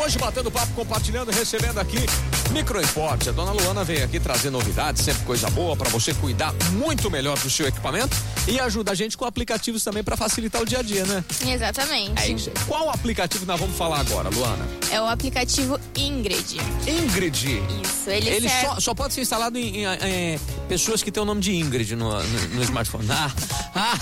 hoje batendo papo, compartilhando, recebendo aqui Microimporte. A dona Luana veio aqui trazer novidades, sempre coisa boa para você cuidar muito melhor do seu equipamento e ajuda a gente com aplicativos também para facilitar o dia a dia, né? Exatamente. É isso aí. Qual aplicativo nós vamos falar agora, Luana? É o aplicativo Ingrid. Ingrid. Isso, ele, Ele serve... só, só pode ser instalado em, em- em pessoas que têm o nome de Ingrid no, no- no smartphone. Ah, ah,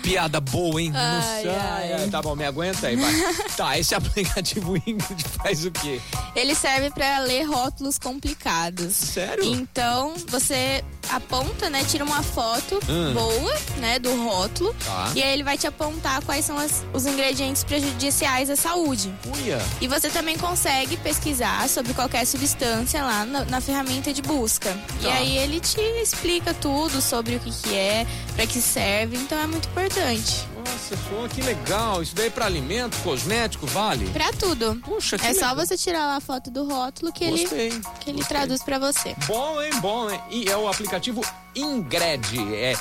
piada boa, hein? Ai, ai. Tá bom, me aguenta aí, vai. tá, esse aplicativo Ingrid faz o quê? Ele serve para ler rótulos complicados. Sério? Então, você aponta, né, tira uma foto Hum. boa, né, do rótulo, Tá. e aí ele vai te apontar quais são as- os ingredientes prejudiciais à saúde. Uia. E você também consegue pesquisar sobre qualquer substância lá na, na ferramenta de busca. E Tá. aí ele te explica tudo sobre o que, que é, para que serve, então é muito importante. Nossa, pô, que legal. Isso daí é pra alimento, cosmético, vale? Pra tudo. Puxa, que É só legal. você tirar lá a foto do rótulo que ele, Gostei. que ele gostei. traduz para você. Bom, hein? Bom, hein? E é o aplicativo Ingred. É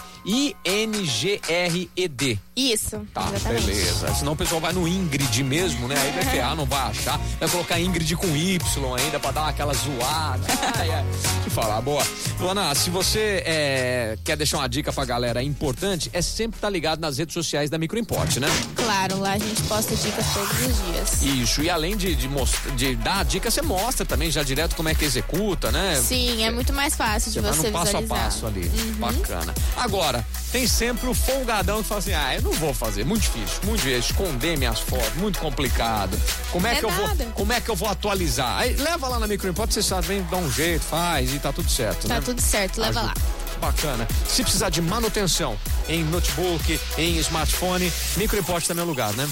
I-N-G-R-E-D. Isso, Tá, exatamente. beleza. Senão o pessoal vai no Ingrid mesmo, né? Aí vai ferrar, não vai achar. Vai colocar Ingrid com Y ainda pra dar aquela zoada. Ai, ai. Que falar, boa. Luana, se você é, quer deixar uma dica pra galera importante, é sempre estar ligado nas redes sociais da Microimporte, né? Claro, lá a gente posta dicas todos os dias. Isso. E além de, de, mos- de dar a dica, você mostra também já direto como é que executa, né? Sim, é muito mais fácil de Você vai você no passo a visualizar. Hum, Uhum. passo ali. Bacana. Agora, tem sempre o folgadão que fala assim: ah, eu não vou fazer, muito difícil, muito difícil, esconder minhas fotos, muito complicado. Como é, É que eu nada. vou, como é que eu vou atualizar? Aí leva lá na microimport, você sabe, vem, dá um jeito, faz e tá tudo certo, Tá né? tudo certo, leva lá. Ajuda. Bacana. Se precisar de manutenção em notebook, em smartphone, microimport também é lugar, né?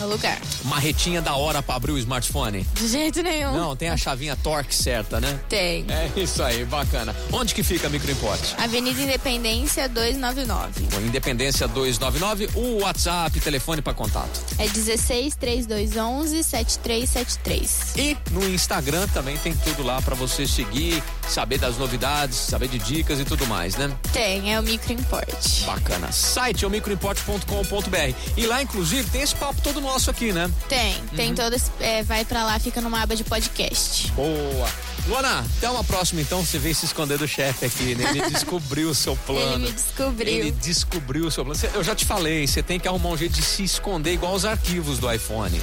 É o lugar. Marretinha da hora pra abrir o smartphone. De jeito nenhum. Não, tem a chavinha torque certa, né? Tem. É isso aí, bacana. Onde que fica a microimport? Avenida Independência 299. Bom, Independência 299, o WhatsApp, telefone para contato. É 16 3211 7373. E no Instagram também tem tudo lá para você seguir, saber das novidades, saber de dicas e tudo mais, né? Tem, é o microimporte. Bacana. Site é o microimport.com.br. E lá, inclusive, tem esse papo todo nosso aqui, né? Tem, tem todas. é, vai pra lá, fica numa aba de podcast. Boa. Luana, até uma próxima então. Você veio se esconder do chefe aqui, né? Ele descobriu o seu plano. Ele me descobriu. Ele descobriu o seu plano. Cê- Eu já te falei, você tem que arrumar um jeito de se esconder igual os arquivos do iPhone.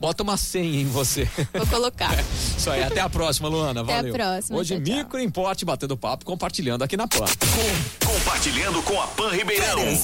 Bota uma senha em você. Vou colocar. Isso aí, até a próxima, Luana. Até a Valeu. próxima, Hoje, tchau, tchau. Micro Importe batendo papo, compartilhando aqui na PAN. Com- compartilhando com a Pan Ribeirão.